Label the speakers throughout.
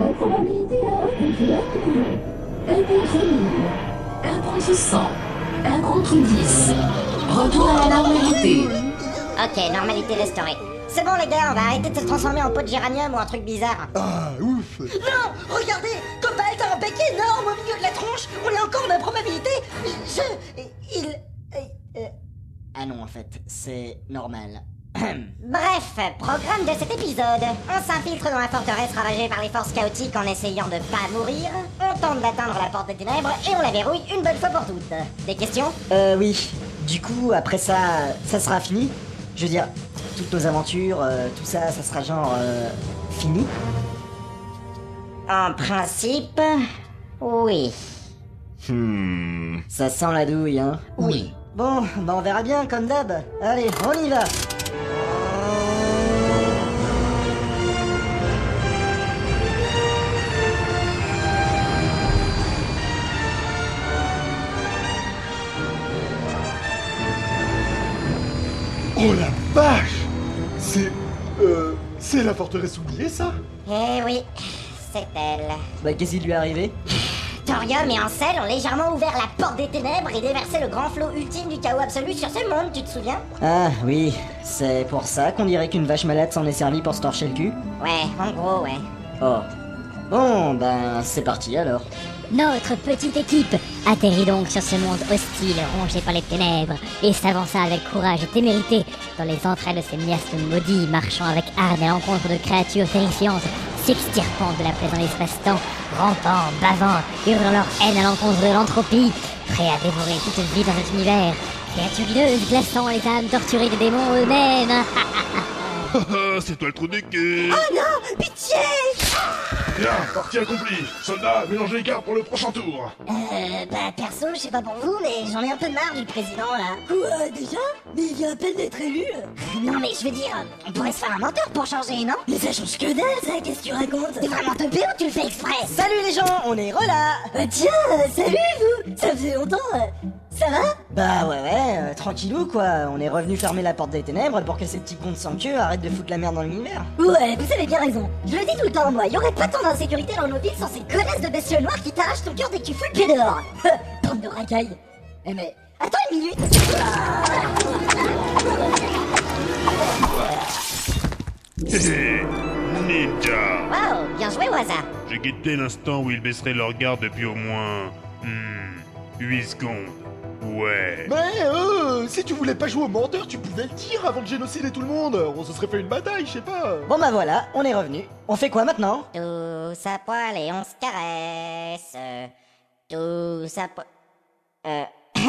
Speaker 1: Improbabilité à incompléable. 1 contre 1000. 1 contre 100. 1 contre 10. Retour à la normalité.
Speaker 2: Ok, normalité restaurée. C'est bon les gars, on va arrêter de se transformer en pot de géranium ou un truc bizarre.
Speaker 3: Oh.
Speaker 4: Ah, ouf
Speaker 5: Non Regardez Cobalt a un bec énorme au milieu de la tronche On est encore en improbabilité Je... Il... euh, euh,
Speaker 3: Ah non, en fait, c'est normal.
Speaker 2: Bref, programme de cet épisode. On s'infiltre dans la forteresse ravagée par les forces chaotiques en essayant de pas mourir. On tente d'atteindre la porte des ténèbres et on la verrouille une bonne fois pour toutes. Des questions
Speaker 5: Euh, oui. Du coup, après ça, ça sera fini Je veux dire, toutes nos aventures, euh, tout ça, ça sera genre... euh, fini
Speaker 2: En principe, oui.
Speaker 4: Hmm.
Speaker 5: Ça sent la douille, hein
Speaker 2: Oui.
Speaker 5: Bon, bah on verra bien, comme d'hab. Allez, on y va
Speaker 4: Oh la vache C'est... Euh... C'est la forteresse oubliée, ça
Speaker 2: Eh oui, c'est elle.
Speaker 5: Bah, qu'est-ce qui lui est arrivé
Speaker 2: Thorium et Ansel ont légèrement ouvert la porte des ténèbres et déversé le grand flot ultime du chaos absolu sur ce monde, tu te souviens
Speaker 5: Ah, oui. C'est pour ça qu'on dirait qu'une vache malade s'en est servie pour se torcher le cul
Speaker 2: Ouais, en gros, ouais.
Speaker 5: Oh. Bon, ben, c'est parti alors.
Speaker 6: Notre petite équipe atterrit donc sur ce monde hostile rongé par les ténèbres et s'avança avec courage et témérité dans les entrailles de ces miasmes maudits, marchant avec armes à l'encontre de créatures terrifiantes, s'extirpant de la plaie dans l'espace-temps, rampant, bavant, hurlant leur haine à l'encontre de l'entropie, prêts à dévorer toute vie dans cet univers, créatures hideuses glaçant les âmes torturées des démons eux-mêmes.
Speaker 7: Ah, c'est toi le trou du cul
Speaker 5: Ah Non, pitié
Speaker 7: Bien,
Speaker 4: Ah,
Speaker 7: partie accomplie Soldats, mélangez les cartes pour le prochain tour
Speaker 2: Euh, bah perso, je sais pas pour vous, mais j'en ai un peu marre du président là.
Speaker 8: Quoi déjà Mais il vient à peine d'être élu
Speaker 2: Non mais je veux dire, on pourrait se faire un menteur pour changer, non
Speaker 8: Mais ça change que dalle ça, qu'est-ce que tu racontes
Speaker 2: T'es vraiment teubé ou tu le fais exprès
Speaker 5: Salut les gens, on est relà
Speaker 8: Euh, Tiens, euh, salut vous Ça faisait longtemps euh. Ça va
Speaker 5: Bah ouais ouais, euh, tranquillou quoi, on est revenu fermer la porte des ténèbres pour que ces petits cons sans queue arrêtent de foutre la merde dans l'univers.
Speaker 8: Ouais, vous avez bien raison.
Speaker 2: Je le dis tout le temps, moi, y aurait pas tant d'insécurité dans nos villes sans ces connasses de bestioles noires qui t'arrachent ton cœur dès que tu fous le pied dehors.
Speaker 8: Bande de racailles. Eh, mais...
Speaker 2: Attends une minute
Speaker 7: Hé hé, Ninja
Speaker 2: Waouh, bien joué au hasard
Speaker 7: J'ai guetté l'instant où ils baisseraient leur garde depuis au moins... Hmm, 8 secondes. Ouais.
Speaker 4: Mais euh... Si tu voulais pas jouer au menteur, tu pouvais le dire avant de génocider tout le monde On se serait fait une bataille, je sais pas
Speaker 5: Bon bah voilà, on est revenu. On fait quoi maintenant
Speaker 2: Tous à poil et on se caresse. Tous à poil... Euh...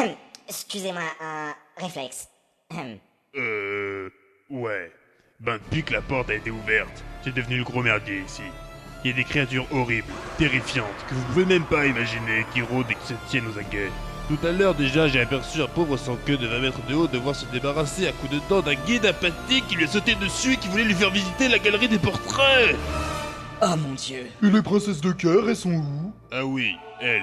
Speaker 2: Excusez-moi, un réflexe.
Speaker 7: Euh... Ouais. Ben depuis que la porte a été ouverte, c'est devenu le gros merdier ici. Il y a des créatures horribles, terrifiantes, que vous pouvez même pas imaginer, qui rôdent et qui se tiennent aux aguets. Tout à l'heure déjà, j'ai aperçu un pauvre sans queue de 20 mètres de haut devoir se débarrasser à coups de dents d'un guide apathique qui lui a sauté dessus et qui voulait lui faire visiter la galerie des portraits
Speaker 5: Oh mon dieu.
Speaker 4: Et les princesses de cœur, elles sont où
Speaker 7: Ah oui, elles.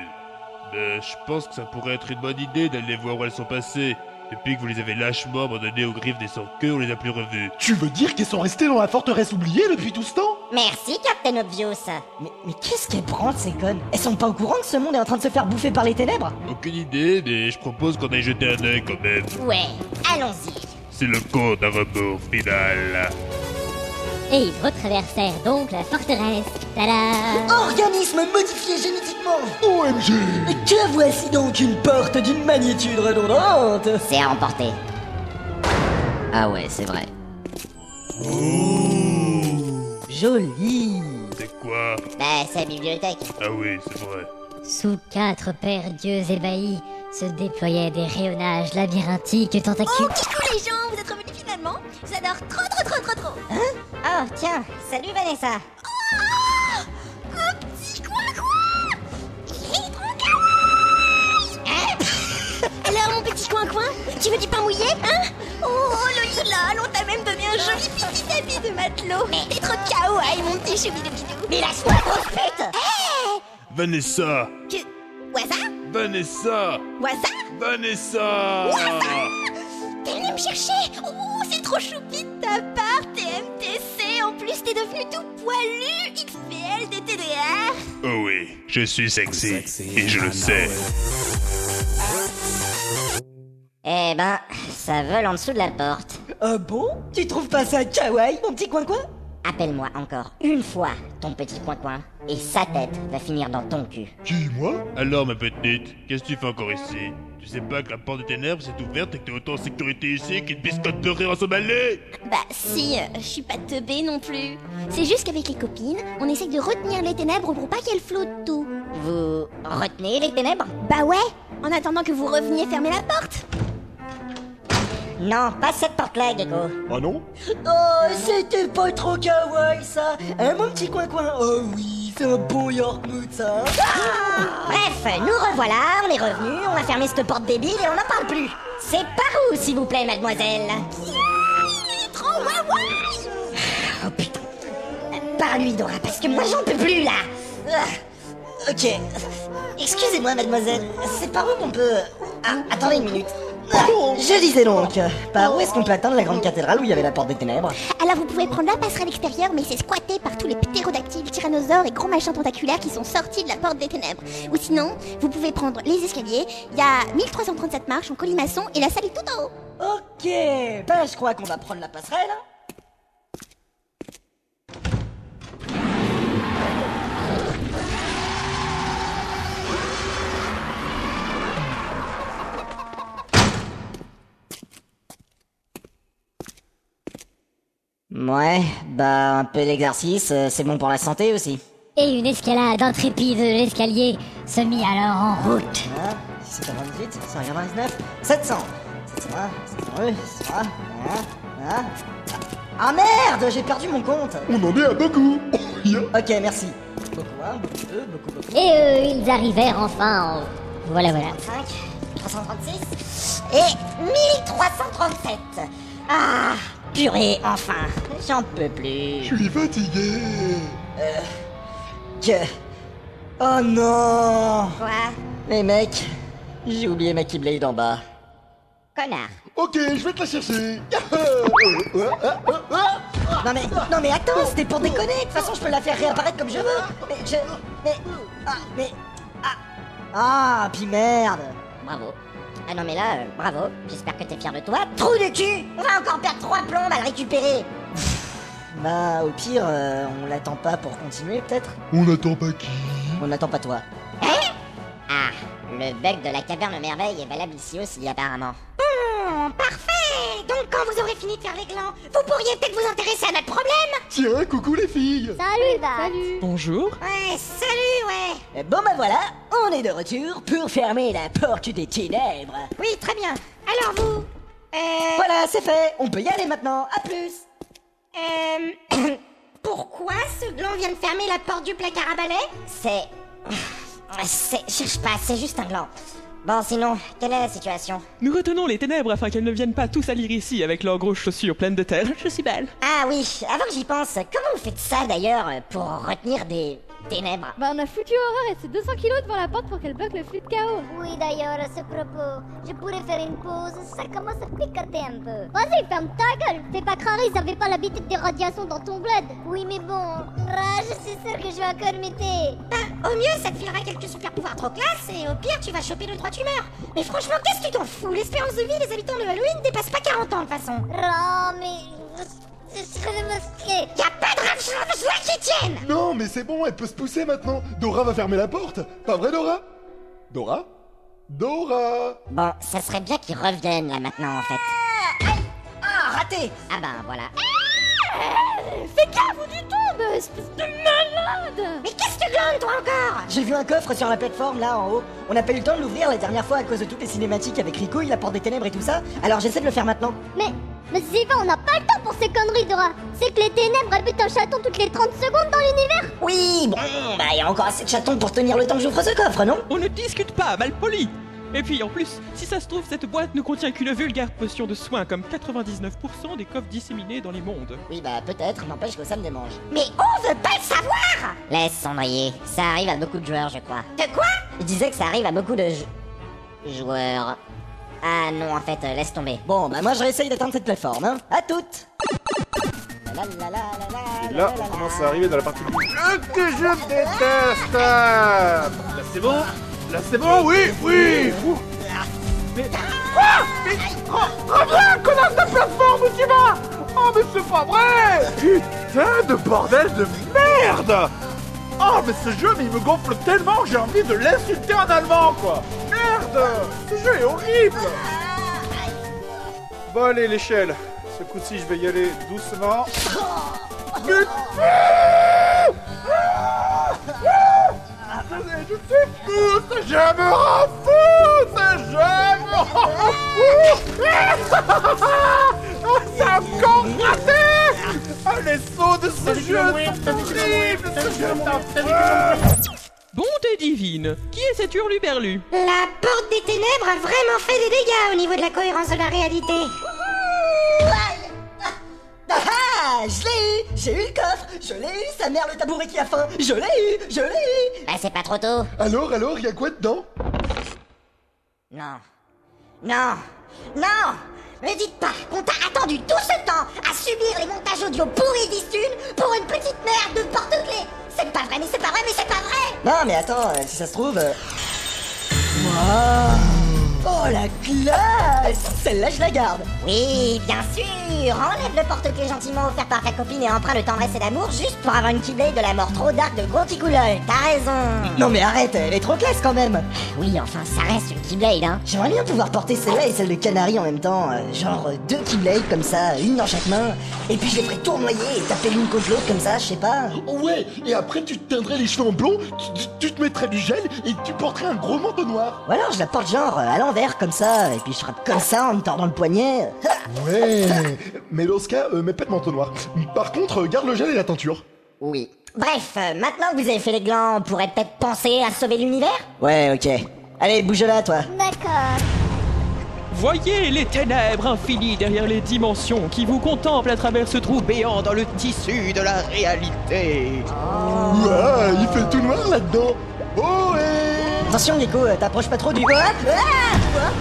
Speaker 7: Ben, je pense que ça pourrait être une bonne idée d'aller voir où elles sont passées. Depuis que vous les avez lâchement abandonnées aux griffes des sans-queues, on les a plus revues.
Speaker 4: Tu veux dire qu'elles sont restées dans la forteresse oubliée depuis tout ce temps
Speaker 2: Merci, Captain Obvious
Speaker 5: Mais, mais qu'est-ce qu'elles branlent ces connes Elles sont pas au courant que ce monde est en train de se faire bouffer par les ténèbres
Speaker 7: Aucune idée, mais je propose qu'on aille jeter un œil quand même.
Speaker 2: Ouais, allons-y
Speaker 7: C'est le code à rebours final.
Speaker 6: Et ils retraversèrent donc la forteresse. Tada
Speaker 5: Organisme modifié génétiquement
Speaker 4: OMG
Speaker 5: Et que voici donc une porte d'une magnitude redondante
Speaker 2: C'est à emporter. Ah ouais, c'est vrai.
Speaker 5: Jolie
Speaker 7: C'est quoi
Speaker 2: Bah, c'est la bibliothèque.
Speaker 7: Ah oui, c'est vrai.
Speaker 6: Sous quatre paires d'yeux ébahis se déployaient des rayonnages labyrinthiques tentacules.
Speaker 8: Oh, Coucou les gens, vous êtes revenus finalement J'adore trop trop trop trop trop
Speaker 6: Hein
Speaker 2: Oh, tiens, salut Vanessa
Speaker 8: Oh, Un petit coin coin Il est trop Alors mon petit coin coin, tu veux du pain mouillé hein Oh Loïla, l'on t'a même donné un joli petit tapis de matelot T'es trop
Speaker 6: euh,
Speaker 8: KO, aïe mon petit choubidoubidou
Speaker 2: Mais lâche-moi, grosse pute
Speaker 7: Vanessa
Speaker 8: Que... Waza
Speaker 7: Vanessa
Speaker 8: Waza
Speaker 7: Vanessa
Speaker 2: Euh.
Speaker 8: T'es venu me chercher Oh, c'est trop choupi de ta part, t'es MTC, en plus t'es t'es devenu tout poilu, XPL, DTDR
Speaker 7: Oh oui, je suis sexy, et je le sais.
Speaker 2: Eh ben, ça vole en dessous de la porte.
Speaker 5: Ah bon Tu trouves pas ça kawaii, mon petit coin-coin
Speaker 2: Appelle-moi encore une fois ton petit coin-coin, et sa tête va finir dans ton cul.
Speaker 4: Qui, moi
Speaker 7: Alors ma petite, qu'est-ce que tu fais encore ici Tu sais pas que la porte de tes nerfs s'est ouverte et que t'es autant en sécurité ici qu'une biscotte de rire en Somalie
Speaker 8: Bah si, euh, je suis pas teubée non plus. C'est juste qu'avec les copines, on essaye de retenir les ténèbres pour pas qu'elles flottent tout.
Speaker 2: Vous retenez les ténèbres
Speaker 8: Bah ouais, en attendant que vous reveniez fermer la porte.
Speaker 2: Non, pas cette porte-là, Gecko.
Speaker 4: Ah non
Speaker 5: Oh, c'était pas trop kawaii, ça Hein, mon petit coin-coin Oh oui, c'est un bon York Mood, ça hein
Speaker 2: Bref, nous revoilà, on est revenus, on a fermé cette porte débile et on n'en parle plus. C'est par où, s'il vous plaît, mademoiselle
Speaker 8: Il est trop waouh
Speaker 2: Oh putain. Par lui, Dora, parce que moi j'en peux plus, là
Speaker 5: Ah, Ok. Excusez-moi, mademoiselle, c'est par où qu'on peut... Ah, attendez une minute. Ah, je disais donc, par où est-ce qu'on peut atteindre la grande cathédrale où il y avait la porte des ténèbres
Speaker 8: Alors vous pouvez prendre la passerelle extérieure, mais c'est squatté par tous les ptérodactyles, tyrannosaures et gros machins tentaculaires qui sont sortis de la porte des ténèbres. Ou sinon, vous pouvez prendre les escaliers, il y a 1337 marches en colimaçon et la salle est tout en haut.
Speaker 5: Ok, ben je crois qu'on va prendre la passerelle. hein. Ouais, bah un peu d'exercice, euh, c'est bon pour la santé aussi.
Speaker 6: Et une escalade intrépide de l'escalier se mit alors en route.
Speaker 5: Hein 698, 199, 700 701, 702, 703, hein, hein. Ah merde, j'ai perdu mon compte
Speaker 4: On en est à Oh, beaucoup
Speaker 5: Ok, merci. Beaucoup un, beaucoup deux, beaucoup, beaucoup.
Speaker 6: Et euh, ils arrivèrent enfin en... Voilà, voilà.
Speaker 2: 5, 336 et 1337. Ah, purée, enfin, j'en peux plus.
Speaker 4: Je suis fatigué
Speaker 5: Que... Oh non
Speaker 2: Quoi
Speaker 5: Les mecs, j'ai oublié ma Keyblade en bas.
Speaker 2: Connard.
Speaker 4: Ok, je vais te la chercher Euh, ah, ah, ah.
Speaker 5: Non mais, non mais attends, c'était pour déconner. De toute façon, je peux la faire réapparaître comme je veux. Mais je, mais, ah, mais, ah, ah, puis merde.
Speaker 2: Bravo. Ah non mais là, euh, bravo, j'espère que t'es fier de toi. Trou de cul On va encore perdre trois plombes à le récupérer
Speaker 5: Bah, au pire, euh, on l'attend pas pour continuer, peut-être.
Speaker 4: On n'attend pas qui
Speaker 5: On n'attend pas toi.
Speaker 2: Ah, le bug de la caverne merveille est valable ici aussi apparemment. Bon, Hmm, parfait Donc quand vous aurez fini de faire les glands, vous pourriez peut-être vous intéresser à notre problème Bah,
Speaker 4: Tiens, coucou les filles
Speaker 6: Salut, Salut
Speaker 2: Ouais, salut, ouais
Speaker 5: Et Bon bah voilà, on est de retour pour fermer la porte des ténèbres.
Speaker 2: Oui, très bien. Alors vous Euh...
Speaker 5: Voilà, c'est fait. On peut y aller maintenant. À plus.
Speaker 2: Euh... Pourquoi ce gland vient de fermer la porte du placard à balai C'est... C'est... Cherche pas, c'est juste un gland. Bon, sinon, quelle est la situation
Speaker 9: Nous retenons les ténèbres afin qu'elles ne viennent pas tous salir ici avec leurs grosses chaussures pleines de terre. Je suis belle.
Speaker 2: Ah oui, avant que j'y pense, comment vous faites ça d'ailleurs euh, pour retenir des ténèbres
Speaker 10: Bah on a foutu Aurore et ses 200 kilos devant la porte pour qu'elle bloque le flux de chaos.
Speaker 11: Oui, d'ailleurs, à ce propos, je pourrais faire une pause, ça commence à picoter un peu.
Speaker 10: Vas-y, ferme ta gueule Fais pas croire, ils avaient pas l'habitude des radiations dans ton bled
Speaker 11: Oui, mais bon, ah, je suis sûre que je vais encore m'éter.
Speaker 2: Bah, au mieux, ça te filera quelques super pouvoirs trop classe et au pire, tu vas choper le droit d'humeur. Mais franchement, qu'est-ce que tu t'en fous L'espérance de vie des habitants de Halloween dépasse pas 40 ans de toute façon.
Speaker 11: Oh, mais... Je je serais masquée.
Speaker 2: Y'a pas de rave qui tienne
Speaker 4: Non, mais c'est bon, elle peut se pousser maintenant Dora va fermer la porte Pas vrai, Dora Dora Dora
Speaker 2: Bon, ça serait bien qu'ils reviennent là maintenant en fait.
Speaker 5: Ah, raté
Speaker 2: Ah ben voilà.
Speaker 10: Fais gaffe ou tu tombes, espèce de malade
Speaker 2: Mais qu'est-ce que tu glandes toi encore
Speaker 5: Ah, J'ai vu un coffre sur la plateforme là en haut. On n'a pas eu le temps de l'ouvrir la dernière fois à cause de toutes les cinématiques avec Rico, la porte des ténèbres et tout ça. Alors j'essaie de le faire maintenant.
Speaker 10: Mais, mais Ziva, on n'a pas le temps pour ces conneries, Dora C'est que les ténèbres, elles butent un chaton toutes les 30 secondes dans l'univers
Speaker 5: Oui, bon, bah il y a encore assez de chatons pour tenir le temps que j'ouvre ce coffre, non
Speaker 9: On ne discute pas, malpoli Et puis en plus, si ça se trouve, cette boîte ne contient qu'une vulgaire potion de soin comme 99% des coffres disséminés dans les mondes.
Speaker 5: Oui, bah peut-être, n'empêche que ça me démange.
Speaker 2: Mais on veut pas le savoir Laisse s'envoyer. Ça arrive à beaucoup de joueurs, je crois. De quoi Je disais que ça arrive à beaucoup de jou- joueurs. Ah non, en fait, euh, laisse tomber.
Speaker 5: Bon, bah moi je réessaye d'atteindre cette plateforme, hein. À toutes
Speaker 4: Et là, on commence à arriver dans la partie du jeu que je déteste Là, c'est bon Là, c'est bon Oui Oui Ouh. Mais... Quoi Mais... Re- Reviens, connasse de plateforme où tu vas Oh, mais c'est pas vrai Putain de bordel de merde Oh, mais ce jeu, mais il me gonfle tellement que j'ai envie de l'insulter en allemand, quoi Merde Ce jeu est horrible Bon, allez, l'échelle Ce coup-ci, je vais y aller doucement. Putain Je suis fou, c'est- je me rends fou, c'est- je me rends fou Ah, Ça me gratter Ah, les sauts de ce jeu sont horribles, ce jeu
Speaker 9: Bonté divine Qui est cet hurluberlu
Speaker 2: La porte des ténèbres a vraiment fait des dégâts au niveau de la cohérence de la réalité.
Speaker 5: Ah ah Je l'ai eu J'ai eu le coffre Je l'ai eu Sa mère, le tabouret qui a faim Je l'ai eu Je l'ai eu
Speaker 2: Bah, c'est pas trop tôt
Speaker 12: Alors, alors, y a quoi dedans
Speaker 2: Non. Non Non Ne dites pas qu'on t'a attendu tout ce temps à subir les montages audio pourris d'Istune pour une petite merde de porte-clés C'est pas vrai, mais c'est pas vrai, mais c'est pas vrai
Speaker 5: Non, mais attends, euh, si ça se trouve... euh, Waouh Oh, la classe Celle-là, je la garde
Speaker 2: Oui, bien sûr Enlève le porte-clés gentiment offert par ta copine et empreint de tendresse et d'amour juste pour avoir une Keyblade de la mort trop dark de gros kikoulol. T'as raison Eh ben
Speaker 5: Non mais arrête, elle est trop classe quand même
Speaker 2: Oui, enfin, ça reste une Keyblade, hein
Speaker 5: J'aimerais bien pouvoir porter celle-là et celle de Canary en même temps, euh, genre euh, deux Keyblades comme ça, une dans chaque main, et puis je les ferais tournoyer et taper l'une contre l'autre comme ça, je sais pas...
Speaker 12: Ouais, et après tu te teindrais les cheveux en blond, tu, tu- tu te mettrais du gel et tu porterais un gros manteau noir.
Speaker 5: Ou alors je la porte genre euh, à l'envers comme ça, et puis je frappe comme ça en me tordant le poignet.
Speaker 12: Ouais, mais dans ce cas, euh, mets pas de manteau noir. Par contre, euh, garde le gel et la teinture.
Speaker 2: Oui. Bref, euh, maintenant que vous avez fait les glands, on pourrait peut-être penser à sauver l'univers
Speaker 5: Ouais, ok. Allez, bouge là, toi.
Speaker 10: D'accord.
Speaker 9: Voyez les ténèbres infinies derrière les dimensions qui vous contemplent à travers ce trou béant dans le tissu de la réalité.
Speaker 12: Ouah, il fait tout noir là-dedans. Oh, et...
Speaker 5: Attention, Nico, euh, t'approches pas trop du... Ah Ah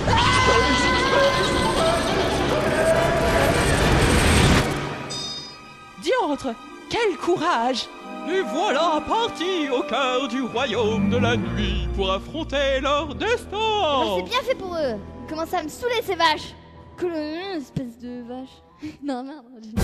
Speaker 9: Diantre, quel courage Et voilà parti au cœur du royaume de la nuit pour affronter leur
Speaker 10: Ah,
Speaker 9: destin
Speaker 10: C'est bien fait pour eux. Ils commencent à me saouler ces vaches. Que le- espèce de vache. non, merde.